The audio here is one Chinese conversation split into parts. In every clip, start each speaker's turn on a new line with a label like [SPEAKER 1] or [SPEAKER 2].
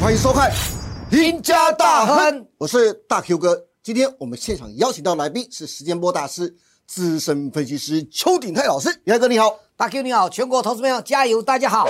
[SPEAKER 1] 欢迎收看《赢家大
[SPEAKER 2] 大
[SPEAKER 1] 亨》
[SPEAKER 2] 亨，
[SPEAKER 1] 我是大 Q 哥。今天我们现场邀请到来宾是时间波大师、资深分析师邱鼎泰老师。鼎泰哥你好，
[SPEAKER 2] 大 Q 你好，全国投资朋友加油，大家好。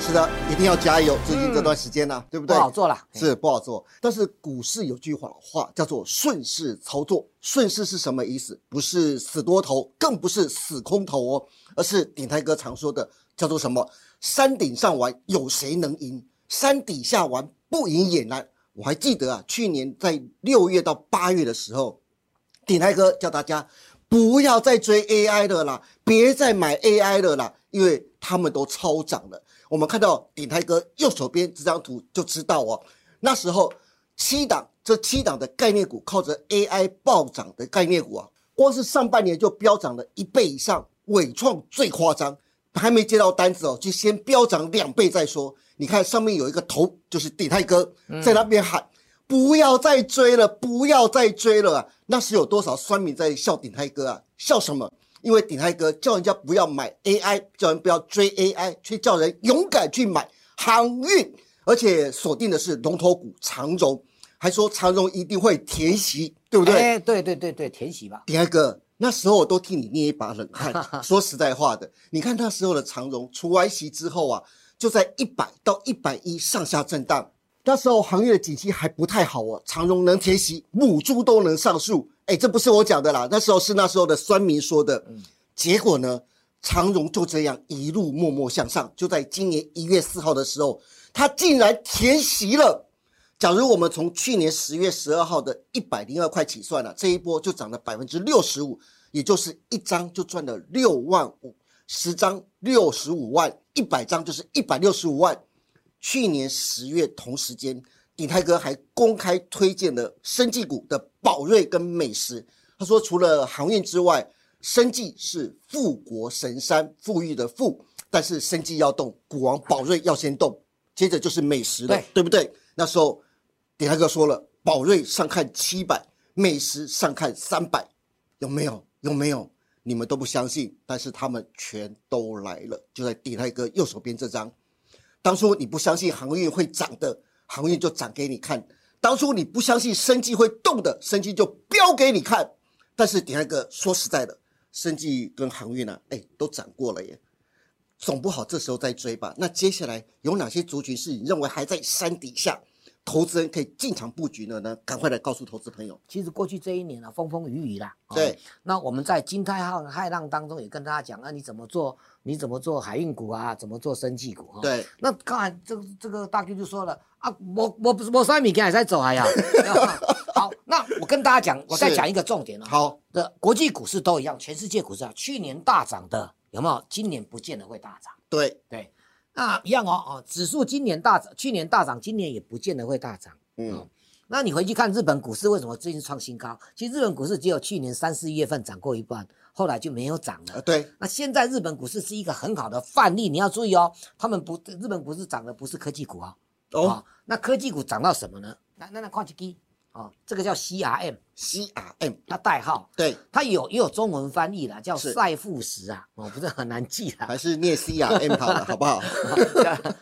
[SPEAKER 1] 是的，一定要加油！最近这段时间呢、啊对不对？
[SPEAKER 2] 嗯不好做哎啦
[SPEAKER 1] 是不好做。但是股市有句老话叫做“顺势操作”，顺势是什么意思？不是死多头，更不是死空头哦，而是鼎泰哥常说的叫做什么？山顶上玩，有谁能赢？山底下玩，不赢也难。我还记得啊，去年在六月到八月的时候，鼎泰哥叫大家不要再追 AI 的啦，别再买 AI 的啦，因为他们都超涨了。我们看到鼎泰哥右手边这张图就知道哦，那时候七档这七档的概念股靠着 AI 暴涨的概念股啊，光是上半年就飙涨了一倍以上，伟创最夸张，还没接到单子哦，就先飙涨两倍再说。你看上面有一个头，就是鼎泰哥在那边喊。不要再追了，不要再追了、啊！那时有多少酸民在笑鼎泰哥啊？笑什么？因为鼎泰哥叫人家不要买 AI，叫人不要追 AI，却叫人勇敢去买航运，而且锁定的是龙头股长荣，还说长荣一定会填息，对不对？
[SPEAKER 2] 哎，对对对对，填息吧。
[SPEAKER 1] 第二个，那时候我都替你捏一把冷汗。说实在话的，你看那时候的长荣除完息之后啊，就在一百到一百一上下震荡。那时候行业的景气还不太好哦，长荣能填息，母猪都能上树。哎，这不是我讲的啦，那时候是那时候的酸民说的。结果呢，长荣就这样一路默默向上，就在今年一月四号的时候，它竟然填息了。假如我们从去年十月十二号的一百零二块起算了、啊这一波就涨了百分之六十五，也就是一张就赚了六万五，十张六十五万，一百张就是一百六十五万。去年十月同时间，鼎泰哥还公开推荐了生技股的宝瑞跟美食。他说，除了航运之外，生技是富国神山，富裕的富，但是生技要动，股王宝瑞要先动，接着就是美食了，
[SPEAKER 2] 对
[SPEAKER 1] 对不对？那时候，鼎泰哥说了，宝瑞上看七百，美食上看三百，有没有？有没有？你们都不相信，但是他们全都来了，就在鼎泰哥右手边这张。当初你不相信航运会涨的，航运就涨给你看；当初你不相信生技会动的，生技就飙给你看。但是鼎泰哥说实在的，生技跟航运呢、啊，哎，都涨过了耶，总不好这时候再追吧？那接下来有哪些族群是你认为还在山底下，投资人可以进场布局的呢？赶快来告诉投资朋友。
[SPEAKER 2] 其实过去这一年啊，风风雨雨啦。哦
[SPEAKER 1] 对。
[SPEAKER 2] 那我们在惊涛骇骇浪当中也跟大家讲啊，你怎么做？你怎么做海运股啊？怎么做生技股啊？。
[SPEAKER 1] 对，
[SPEAKER 2] 那刚才这个这个大 Q 就说了啊，我我不是我三米给还在走还 呀。啊好，那我跟大家讲，我再
[SPEAKER 1] 是
[SPEAKER 2] 讲一个重点哦。
[SPEAKER 1] 好，
[SPEAKER 2] 的国际股市都一样，全世界股市啊，去年大涨的有没有？今年不见得会大涨。
[SPEAKER 1] 对，
[SPEAKER 2] 对，那一样哦哦，指数今年大涨，去年大涨，今年也不见得会大涨。
[SPEAKER 1] 嗯，
[SPEAKER 2] 那你回去看日本股市为什么最近创新高？其实日本股市只有去年三四月份涨过一半，后来就没有涨
[SPEAKER 1] 啊，
[SPEAKER 2] 了。
[SPEAKER 1] 对，
[SPEAKER 2] 那现在日本股市是一个很好的范例，你要注意哦，他们不日本股市涨的不是科技股啊、哦，
[SPEAKER 1] 哦
[SPEAKER 2] 那科技股涨到什么呢？那那那会计机哦，这个叫 CRM，
[SPEAKER 1] ，CRM，
[SPEAKER 2] 它代号。
[SPEAKER 1] 对，
[SPEAKER 2] 它有也有中文翻译啦，叫
[SPEAKER 1] 是
[SPEAKER 2] 赛富时啊，哦，不是很难记啦。
[SPEAKER 1] 还是念 CRM 好 了，好不好？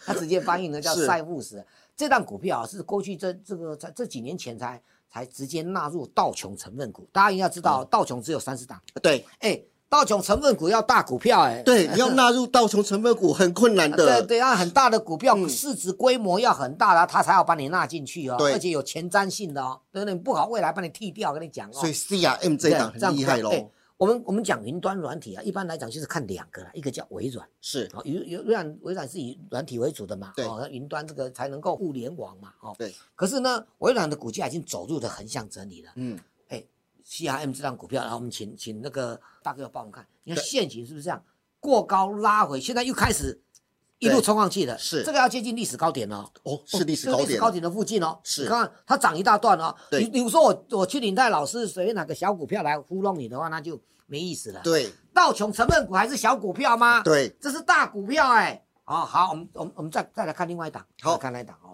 [SPEAKER 2] 他直接翻译呢叫
[SPEAKER 1] 是
[SPEAKER 2] 赛富时。这档股票啊，是过去这这个在这几年前才才直接纳入道琼成分股。大家一定要知
[SPEAKER 1] 嗯
[SPEAKER 2] 道，道琼只有三十档，
[SPEAKER 1] 对，
[SPEAKER 2] 哎，道琼成分股要大股票、哎，
[SPEAKER 1] 对， 你要纳入道琼成分股很困难
[SPEAKER 2] 啊对
[SPEAKER 1] 的。嗯
[SPEAKER 2] 对，要很大的股票，市值规模要很大的，它才要把你纳进去哦，
[SPEAKER 1] 对
[SPEAKER 2] 而且有前瞻性的哦，对不对？不好，未来把你剔掉，跟你讲哦。
[SPEAKER 1] 所以 CRM 这一档
[SPEAKER 2] 样
[SPEAKER 1] 很厉害
[SPEAKER 2] 股票哎
[SPEAKER 1] 喽。
[SPEAKER 2] 我们我们讲云端软体啊，一般来讲就是看两个啦，一个叫微软。
[SPEAKER 1] 是，
[SPEAKER 2] 哦，有有微软微软是以软体为主的嘛，
[SPEAKER 1] 对
[SPEAKER 2] 哦，那云端这个才能够物联网嘛，哦，
[SPEAKER 1] 对，
[SPEAKER 2] 可是呢，微软的股价已经走入了横向整理了，
[SPEAKER 1] 嗯，
[SPEAKER 2] 哎，CRM 这档股票，然后我们请请那个大哥帮我们看，你看
[SPEAKER 1] 对
[SPEAKER 2] 现行是不是这样过高拉回，现在又开始一路
[SPEAKER 1] 对
[SPEAKER 2] 冲上去了，
[SPEAKER 1] 是
[SPEAKER 2] 这个要接近历史高点了哦。
[SPEAKER 1] 哦，是历史
[SPEAKER 2] 这
[SPEAKER 1] 高
[SPEAKER 2] 个历史
[SPEAKER 1] 点
[SPEAKER 2] 高
[SPEAKER 1] 了，
[SPEAKER 2] 点的附近哦，
[SPEAKER 1] 是
[SPEAKER 2] 你看看它涨一大段哦。
[SPEAKER 1] 对
[SPEAKER 2] 你比如说我我去领带老师随便拿个小股票来糊弄你的话，那就没意思了。
[SPEAKER 1] 对
[SPEAKER 2] 道琼成分股还是小股票吗？
[SPEAKER 1] 对，
[SPEAKER 2] 这是大股票哎、哦，好，我们我们我们再再来看另外一档，
[SPEAKER 1] 好
[SPEAKER 2] 再看那一档哦。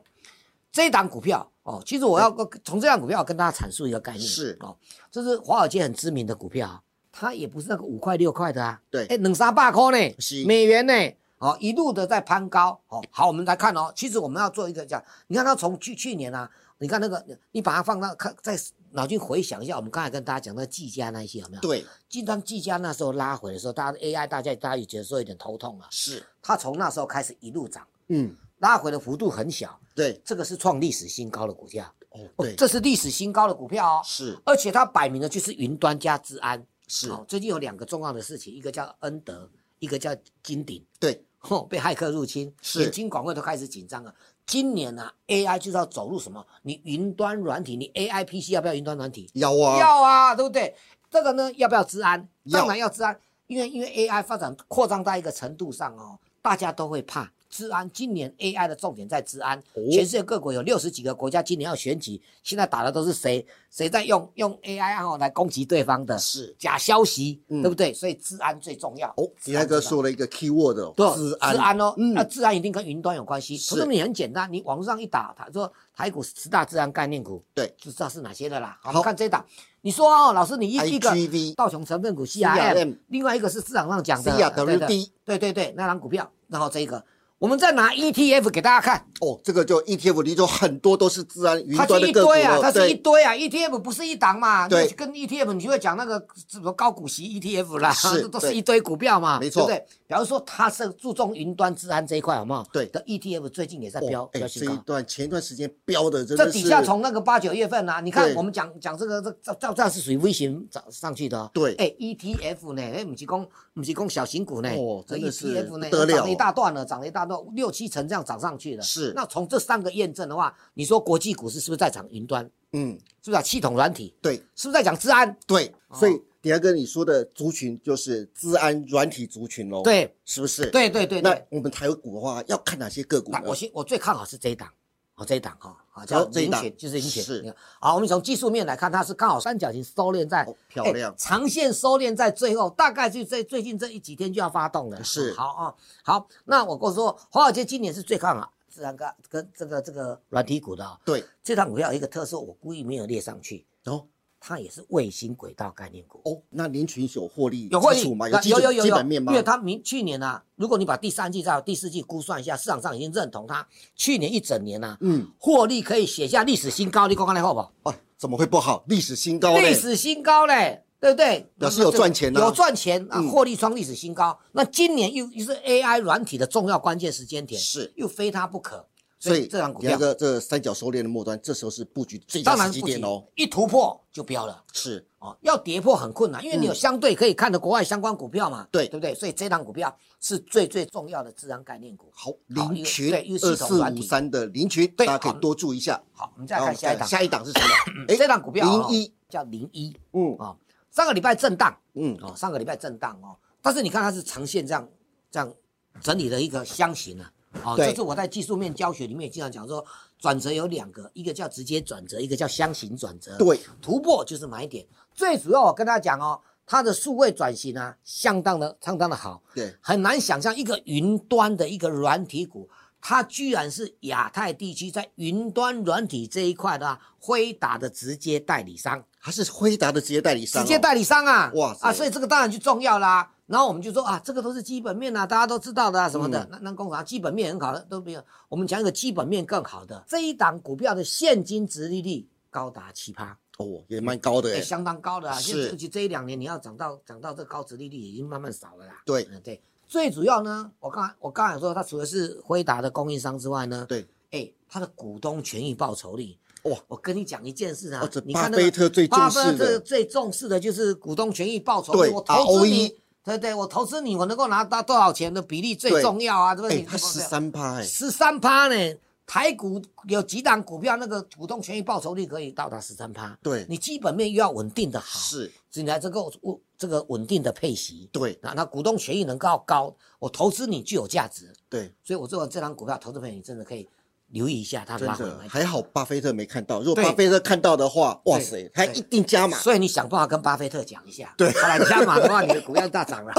[SPEAKER 2] 这一档股票哦，其实我要从这档股票跟大家阐述一个概念，
[SPEAKER 1] 是
[SPEAKER 2] 哦，这是华尔街很知名的股票啊，它也不是那个五块六块的啊，
[SPEAKER 1] 对
[SPEAKER 2] 哎，冷沙霸扣呢
[SPEAKER 1] 是，
[SPEAKER 2] 美元呢，哦，一路的在攀高，哦，好，我们来看哦，其实我们要做一个讲，你看它从去去年啊，你看那个，你把它放到看，在脑筋回想一下，我们刚才跟大家讲的技嘉那一些有没有？，
[SPEAKER 1] 对，
[SPEAKER 2] 就当技嘉那时候拉回的时候，大家 AI 大家大家也觉得说有点头痛啊，
[SPEAKER 1] 是，
[SPEAKER 2] 它从那时候开始一路涨，
[SPEAKER 1] 嗯，
[SPEAKER 2] 拉回的幅度很小，
[SPEAKER 1] 对，
[SPEAKER 2] 这个是创历史新高的股价，
[SPEAKER 1] 哦，
[SPEAKER 2] 哦
[SPEAKER 1] 对，
[SPEAKER 2] 这是历史新高的股票哦，
[SPEAKER 1] 是
[SPEAKER 2] 而且它摆明了就是云端加治安。
[SPEAKER 1] 是，
[SPEAKER 2] 哦，最近有两个重要的事情，一个叫恩德，一个叫金鼎，
[SPEAKER 1] 对，
[SPEAKER 2] 哦，被骇客入侵，
[SPEAKER 1] 是
[SPEAKER 2] 连金管会都开始紧张了。今年呢、啊、，AI 就是要走入什么？你云端软体，你 AI PC 要不要云端软体？
[SPEAKER 1] 要啊，
[SPEAKER 2] 要啊，对不对？这个呢，要不要治安？
[SPEAKER 1] 要
[SPEAKER 2] 当然要治安，因为因为 AI 发展扩张到一个程度上哦，大家都会怕治安。今年 AI 的重点在治安，
[SPEAKER 1] 哦
[SPEAKER 2] 全世界各国有六十几个国家今年要选举，现在打的都是谁谁在用用 AI 哦来攻击对方的
[SPEAKER 1] 是。
[SPEAKER 2] 假消息，
[SPEAKER 1] 嗯
[SPEAKER 2] 对不对？所以治安最重要。
[SPEAKER 1] 哦，你那个说了一个 key word 哦，
[SPEAKER 2] 对，
[SPEAKER 1] 治
[SPEAKER 2] 治
[SPEAKER 1] 安，
[SPEAKER 2] 安哦，
[SPEAKER 1] 嗯
[SPEAKER 2] 那治安一定跟云端有关系。
[SPEAKER 1] 是
[SPEAKER 2] 可是你很简单，你网络上一打，他说台股十大治安概念股，
[SPEAKER 1] 对，
[SPEAKER 2] 就知道是哪些的啦。好，
[SPEAKER 1] 好
[SPEAKER 2] 我
[SPEAKER 1] 哎
[SPEAKER 2] 们看这一档，你说哦，老师，你一一个
[SPEAKER 1] IGV
[SPEAKER 2] 道琼成分股
[SPEAKER 1] CRM
[SPEAKER 2] CRM，另外一个是市场上讲的
[SPEAKER 1] CRWD
[SPEAKER 2] 对对对对，那档股票，然后这个，我们再拿 ETF 给大家看，
[SPEAKER 1] 哦，这个就 ETF 里头很多都是治安云
[SPEAKER 2] 它
[SPEAKER 1] 端
[SPEAKER 2] 是
[SPEAKER 1] 的
[SPEAKER 2] 一
[SPEAKER 1] 个股
[SPEAKER 2] 堆啊
[SPEAKER 1] 了，
[SPEAKER 2] 它是
[SPEAKER 1] 对，
[SPEAKER 2] 一堆啊，ETF 不是一档嘛？
[SPEAKER 1] 对
[SPEAKER 2] 你跟 ETF 你就会讲那个什么高股息 ETF 啦，
[SPEAKER 1] 是
[SPEAKER 2] 这都
[SPEAKER 1] 对
[SPEAKER 2] 是一堆股票嘛，
[SPEAKER 1] 没错
[SPEAKER 2] 对不对？比方说它是注重云端治安这一块，好不好？
[SPEAKER 1] 对
[SPEAKER 2] 的 ETF 最近也在飙
[SPEAKER 1] 哦，哎，
[SPEAKER 2] 飙
[SPEAKER 1] 这
[SPEAKER 2] 新
[SPEAKER 1] 一
[SPEAKER 2] 高。
[SPEAKER 1] 段前一段时间标的真的
[SPEAKER 2] 这
[SPEAKER 1] 是
[SPEAKER 2] 底下从那个八九月份啊，你看
[SPEAKER 1] 对
[SPEAKER 2] 我们讲讲这个这这这这是属于微型涨上去的哦。
[SPEAKER 1] 对
[SPEAKER 2] 哎，ETF 呢，哎，不是讲不是讲小型股呢，
[SPEAKER 1] 哦真的是
[SPEAKER 2] ETF 呢
[SPEAKER 1] 不得了
[SPEAKER 2] 涨了一大段了，涨了一大段，六七成这样涨上去了。
[SPEAKER 1] 是
[SPEAKER 2] 那从这三个验证的话，你说国际股市是不是在涨云端？
[SPEAKER 1] 嗯，
[SPEAKER 2] 是不是啊？系统软体
[SPEAKER 1] 对
[SPEAKER 2] 是不是在讲治安？
[SPEAKER 1] 对，
[SPEAKER 2] 哦
[SPEAKER 1] 所以底下跟你说的族群就是治安软体族群喽，，
[SPEAKER 2] 对
[SPEAKER 1] 是不是？，
[SPEAKER 2] 对对对
[SPEAKER 1] 哦那
[SPEAKER 2] 对。
[SPEAKER 1] 我们台股的话，要看哪些个股呢
[SPEAKER 2] 那？我先我最看好是这一档，哦这一档哈，啊
[SPEAKER 1] 好
[SPEAKER 2] 叫
[SPEAKER 1] 嗯哦这一
[SPEAKER 2] 零
[SPEAKER 1] 档
[SPEAKER 2] 选就是零选。
[SPEAKER 1] 是
[SPEAKER 2] 你看好，我们从技术面来看，它是刚好三角形收敛在
[SPEAKER 1] 哦漂亮
[SPEAKER 2] 哎长线收敛在最后，大概就在最近这一几天就要发动了。
[SPEAKER 1] 是
[SPEAKER 2] 好啊，好，那我跟我说，华尔街今年是最看好自然跟跟这个这个软体股的哦。
[SPEAKER 1] 对，
[SPEAKER 2] 这档股票有一个特色，我故意没有列上去，
[SPEAKER 1] 然后
[SPEAKER 2] 它也是卫星轨道概念股。
[SPEAKER 1] 哦，那林群有获利
[SPEAKER 2] 有获
[SPEAKER 1] 基
[SPEAKER 2] 利
[SPEAKER 1] 础吗？
[SPEAKER 2] 那
[SPEAKER 1] 基础
[SPEAKER 2] 有有
[SPEAKER 1] 基
[SPEAKER 2] 有，
[SPEAKER 1] 本面吗
[SPEAKER 2] 因？为它明去年啊，如果你把第三季到第四季估算一下，市场上已经认同它去年一整年啊，
[SPEAKER 1] 嗯，
[SPEAKER 2] 获利可以写下历史新高，你看看那好不好？
[SPEAKER 1] 哎，怎么会不好？历史新高嘞
[SPEAKER 2] 历，史新高嘞，对不对？
[SPEAKER 1] 表示有赚钱啊
[SPEAKER 2] 有赚钱啊，
[SPEAKER 1] 嗯
[SPEAKER 2] 获利创历史新高。那今年又又是 AI 软体的重要关键时间点，
[SPEAKER 1] 是
[SPEAKER 2] 又非它不可。
[SPEAKER 1] 所以
[SPEAKER 2] 这档股
[SPEAKER 1] 你那
[SPEAKER 2] 票
[SPEAKER 1] 个这三角收敛的末端，这时候是布局最佳
[SPEAKER 2] 当然
[SPEAKER 1] 时机
[SPEAKER 2] 不
[SPEAKER 1] 点
[SPEAKER 2] 行
[SPEAKER 1] 哦，，
[SPEAKER 2] 一突破就飙了。
[SPEAKER 1] 是
[SPEAKER 2] 哦，要跌破很困难，因为你有相对可以看的国外相关股票嘛，
[SPEAKER 1] 嗯对
[SPEAKER 2] 对不对？所以这档股票是最最重要的治安概念股。
[SPEAKER 1] 好，
[SPEAKER 2] 好
[SPEAKER 1] 林
[SPEAKER 2] 一个
[SPEAKER 1] 群
[SPEAKER 2] 对一个
[SPEAKER 1] 二
[SPEAKER 2] 系统
[SPEAKER 1] 四
[SPEAKER 2] 软
[SPEAKER 1] 五
[SPEAKER 2] 体
[SPEAKER 1] 三的林群，大
[SPEAKER 2] 对
[SPEAKER 1] 家可以
[SPEAKER 2] 好
[SPEAKER 1] 多注意一下。
[SPEAKER 2] 好，我们再
[SPEAKER 1] 然后
[SPEAKER 2] 来
[SPEAKER 1] 我
[SPEAKER 2] 看
[SPEAKER 1] 们看
[SPEAKER 2] 下一档，
[SPEAKER 1] 下一档是什么？
[SPEAKER 2] 这档股票哦
[SPEAKER 1] 零一，
[SPEAKER 2] 叫零一
[SPEAKER 1] 嗯
[SPEAKER 2] 啊，上个礼拜震荡
[SPEAKER 1] 嗯，
[SPEAKER 2] 哦，上个礼拜震荡哦，但是你看它是长线这样这样整理的一个箱型啊。哦，
[SPEAKER 1] 对
[SPEAKER 2] 这是我在技术面教学里面也经常讲说，转折有两个，一个叫直接转折，一个叫箱型转折。
[SPEAKER 1] 对，
[SPEAKER 2] 突破就是买点。最主要我跟大家讲哦，它的数位转型啊，相当的相当的好，
[SPEAKER 1] 对，
[SPEAKER 2] 很难想象一个云端的一个软体股，它居然是亚太地区在云端软体这一块的啊辉达的直接代理商，
[SPEAKER 1] 它是辉达的直接代理商哦，
[SPEAKER 2] 直接代理商啊，
[SPEAKER 1] 哇塞
[SPEAKER 2] 啊，所以这个当然就重要啦。然后我们就说啊，这个都是基本面啊，大家都知道的啊，什么的。
[SPEAKER 1] 嗯
[SPEAKER 2] 那那工厂基本面很好的都没有，我们讲一个基本面更好的这一档股票的现金值利率高达七趴。
[SPEAKER 1] 哦，也蛮高的
[SPEAKER 2] 对，
[SPEAKER 1] 哎，
[SPEAKER 2] 相当高的啊。现
[SPEAKER 1] 是
[SPEAKER 2] 在尤其这一两年，你要涨到涨到这高值利率已经慢慢少了啦。
[SPEAKER 1] 对
[SPEAKER 2] 嗯对，最主要呢，我刚才我刚才说，它除了是辉达的供应商之外呢，，
[SPEAKER 1] 对，
[SPEAKER 2] 哎，它的股东权益报酬率，
[SPEAKER 1] 哇，
[SPEAKER 2] 我跟你讲一件事啊，
[SPEAKER 1] 哦这
[SPEAKER 2] 你看、那
[SPEAKER 1] 巴
[SPEAKER 2] 个、
[SPEAKER 1] 菲特最重视的
[SPEAKER 2] 巴菲特最重视的就是股东权益报酬率，
[SPEAKER 1] 对啊
[SPEAKER 2] 我投资
[SPEAKER 1] ROE
[SPEAKER 2] 你。对对，我投资你，我能够拿到多少钱的比例
[SPEAKER 1] 对
[SPEAKER 2] 最重要啊，对不对？
[SPEAKER 1] 哎，
[SPEAKER 2] 你
[SPEAKER 1] 它
[SPEAKER 2] 怎么
[SPEAKER 1] 十三趴哎，
[SPEAKER 2] 十三趴呢，台股有几档股票，那个股东权益报酬率可以到达十三趴。
[SPEAKER 1] 对
[SPEAKER 2] 你基本面又要稳定的好，
[SPEAKER 1] 是，
[SPEAKER 2] 所以你还这个稳这个稳定的配息，
[SPEAKER 1] 对
[SPEAKER 2] 那那股东权益能够高，我投资你具有价值，
[SPEAKER 1] 对，
[SPEAKER 2] 所以我做这档股票，投资朋友你真的可以留意一下它
[SPEAKER 1] 真
[SPEAKER 2] 拉回
[SPEAKER 1] 的
[SPEAKER 2] 来。
[SPEAKER 1] 还好，巴菲特没看到。如果
[SPEAKER 2] 对
[SPEAKER 1] 巴菲特看到的话，哇塞，
[SPEAKER 2] 对
[SPEAKER 1] 他一定加码。
[SPEAKER 2] 所以你想办法跟巴菲特讲一下，对，他来加码的话，你的股票就大 涨了。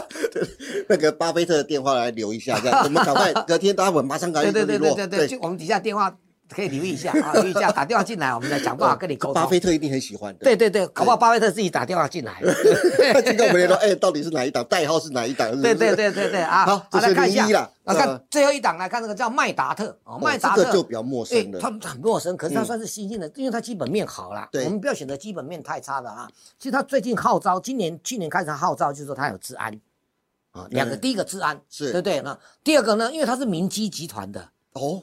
[SPEAKER 1] 那个巴 菲特的电话来留一下，这样我们赶快隔天，待会马上赶
[SPEAKER 2] 对
[SPEAKER 1] 紧
[SPEAKER 2] 对对
[SPEAKER 1] 联
[SPEAKER 2] 对
[SPEAKER 1] 络。
[SPEAKER 2] 对对，就我们底下电话可以留意 一下啊，留意一下，打电话进来，我们再想办法跟你沟
[SPEAKER 1] 巴
[SPEAKER 2] 通
[SPEAKER 1] 菲。特一定很喜欢的。
[SPEAKER 2] 对对对，搞不好巴菲特自己打电话进 来。
[SPEAKER 1] 他今天我们来说，哎，到底是哪一档？代号是哪一档？是不
[SPEAKER 2] 对
[SPEAKER 1] 是
[SPEAKER 2] 对对对对啊！
[SPEAKER 1] 好这是
[SPEAKER 2] 来看一下
[SPEAKER 1] 零一啦
[SPEAKER 2] 啊，
[SPEAKER 1] 呃
[SPEAKER 2] 看最后一档来看这个叫麦达特哦，
[SPEAKER 1] 哦
[SPEAKER 2] 麦达
[SPEAKER 1] 这
[SPEAKER 2] 特
[SPEAKER 1] 个就比较陌生了
[SPEAKER 2] 哎它它很陌生，可是它
[SPEAKER 1] 嗯
[SPEAKER 2] 算是新兴的，因为它基本面好啦。
[SPEAKER 1] 对
[SPEAKER 2] 我们不要选择基本面太差的啊。其实它最近号召，今年去年开始号召，就是说它有治安啊，两个，
[SPEAKER 1] 嗯
[SPEAKER 2] 第一个治安
[SPEAKER 1] 是
[SPEAKER 2] 对不对？那第二个呢，因为它是明基集团的，
[SPEAKER 1] 哦，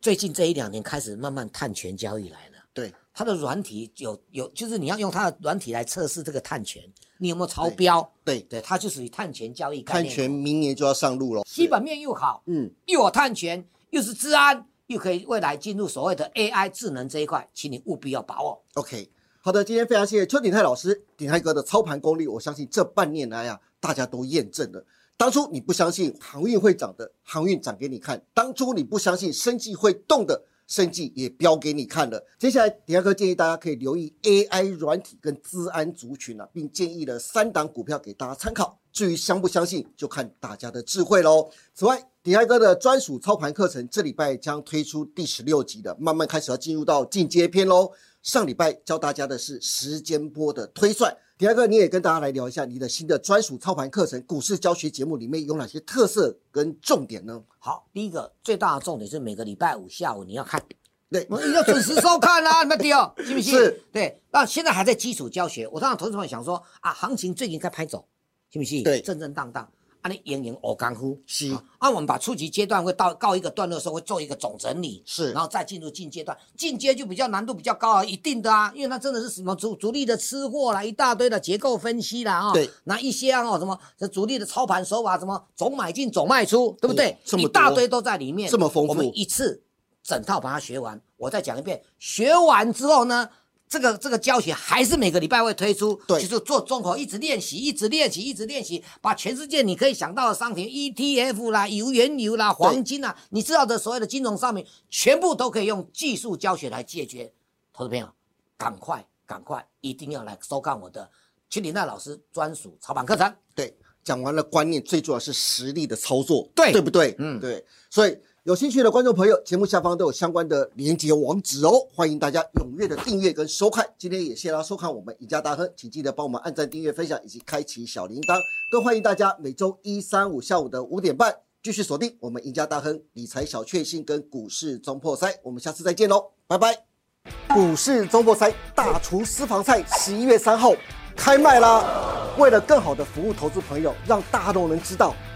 [SPEAKER 2] 最近这一两年开始慢慢碳权交易来了。
[SPEAKER 1] 对，
[SPEAKER 2] 它的软体有有，就是你要用它的软体来测试这个碳权，你有没有超
[SPEAKER 1] 对
[SPEAKER 2] 标？
[SPEAKER 1] 对，
[SPEAKER 2] 对，它就属于碳权交易概
[SPEAKER 1] 碳
[SPEAKER 2] 念。
[SPEAKER 1] 权明年就要上路了。
[SPEAKER 2] 基本面又好，
[SPEAKER 1] 嗯，
[SPEAKER 2] 又有碳权，又是治安，又可以未来进入所谓的 AI 智能这一块，请你务必要把握。
[SPEAKER 1] OK，好的，今天非常谢谢邱鼎泰老师、鼎泰哥的操盘功力，我相信这半年来啊，大家都验证了。当初你不相信航运会涨的，航运涨给你看；当初你不相信生技会动的，生技也标给你看了。接下来，鼎泰哥建议大家可以留意 AI 软体跟资安族群啊，并建议了三档股票给大家参考。至于相不相信，就看大家的智慧喽。此外，鼎泰哥的专属操盘课程这礼拜将推出第十六集的，慢慢开始要进入到进阶篇喽。上礼拜教大家的是时间波的推算。第二个，你也跟大家来聊一下你的新的专属操盘课程《股市教学节目》里面有哪些特色跟重点呢？
[SPEAKER 2] 好，第一个最大的重点是每个礼拜五下午你要看，
[SPEAKER 1] 对，
[SPEAKER 2] 我们要准时收 看啊，那第二，信不信？
[SPEAKER 1] 是，
[SPEAKER 2] 对。那现在还在基础教学，我让同学们想说啊，行情最近该拍走，信不信？
[SPEAKER 1] 对
[SPEAKER 2] 正正当当。啊，你盈盈我干乎，
[SPEAKER 1] 是
[SPEAKER 2] 啊，啊我们把初级阶段会到告一个段落的时候，会做一个总整理，
[SPEAKER 1] 是
[SPEAKER 2] 然后再进入进阶段，进阶就比较难度比较高啊，一定的啊，因为它真的是什么主主力的吃货啦，一大堆的结构分析啦啊、
[SPEAKER 1] 对
[SPEAKER 2] 那一些啊、哦、什么这主力的操盘手啊法，什么总买进总卖出，对不对？
[SPEAKER 1] 哦这么
[SPEAKER 2] 一
[SPEAKER 1] 多
[SPEAKER 2] 大堆都在里面，
[SPEAKER 1] 这么丰富
[SPEAKER 2] 我们一次整套把它学完。我再讲一遍，学完之后呢？这个这个教学还是每个礼拜会推出，
[SPEAKER 1] 对
[SPEAKER 2] 就是做综合，一直练习，一直练习，一直练习，把全世界你可以想到的商品，ETF 啦、油原油啦、黄金啦，你知道的所有的金融商品，全部都可以用技术教学来解决。投资朋友，赶快赶快，一定要来收看我的邱林娜老师专属操盘课程。
[SPEAKER 1] 对，讲完了观念，最重要是实力的操作，
[SPEAKER 2] 对
[SPEAKER 1] 对不对？
[SPEAKER 2] 嗯
[SPEAKER 1] 对。所以有兴趣的观众朋友，节目下方都有相关的连接网址哦，欢迎大家踊跃的订阅跟收看。今天也谢谢大家收看我们赢家大亨，请记得帮我们按赞、订阅、分享以及开启小铃铛，更欢迎大家每周一、三、五下午的五点半继续锁定我们赢家大亨理财小确幸跟股市中破塞，我们下次再见喽，拜拜。股市周末赛大厨私房菜十一月三号开卖啦！为了更好的服务投资朋友，让大众能知道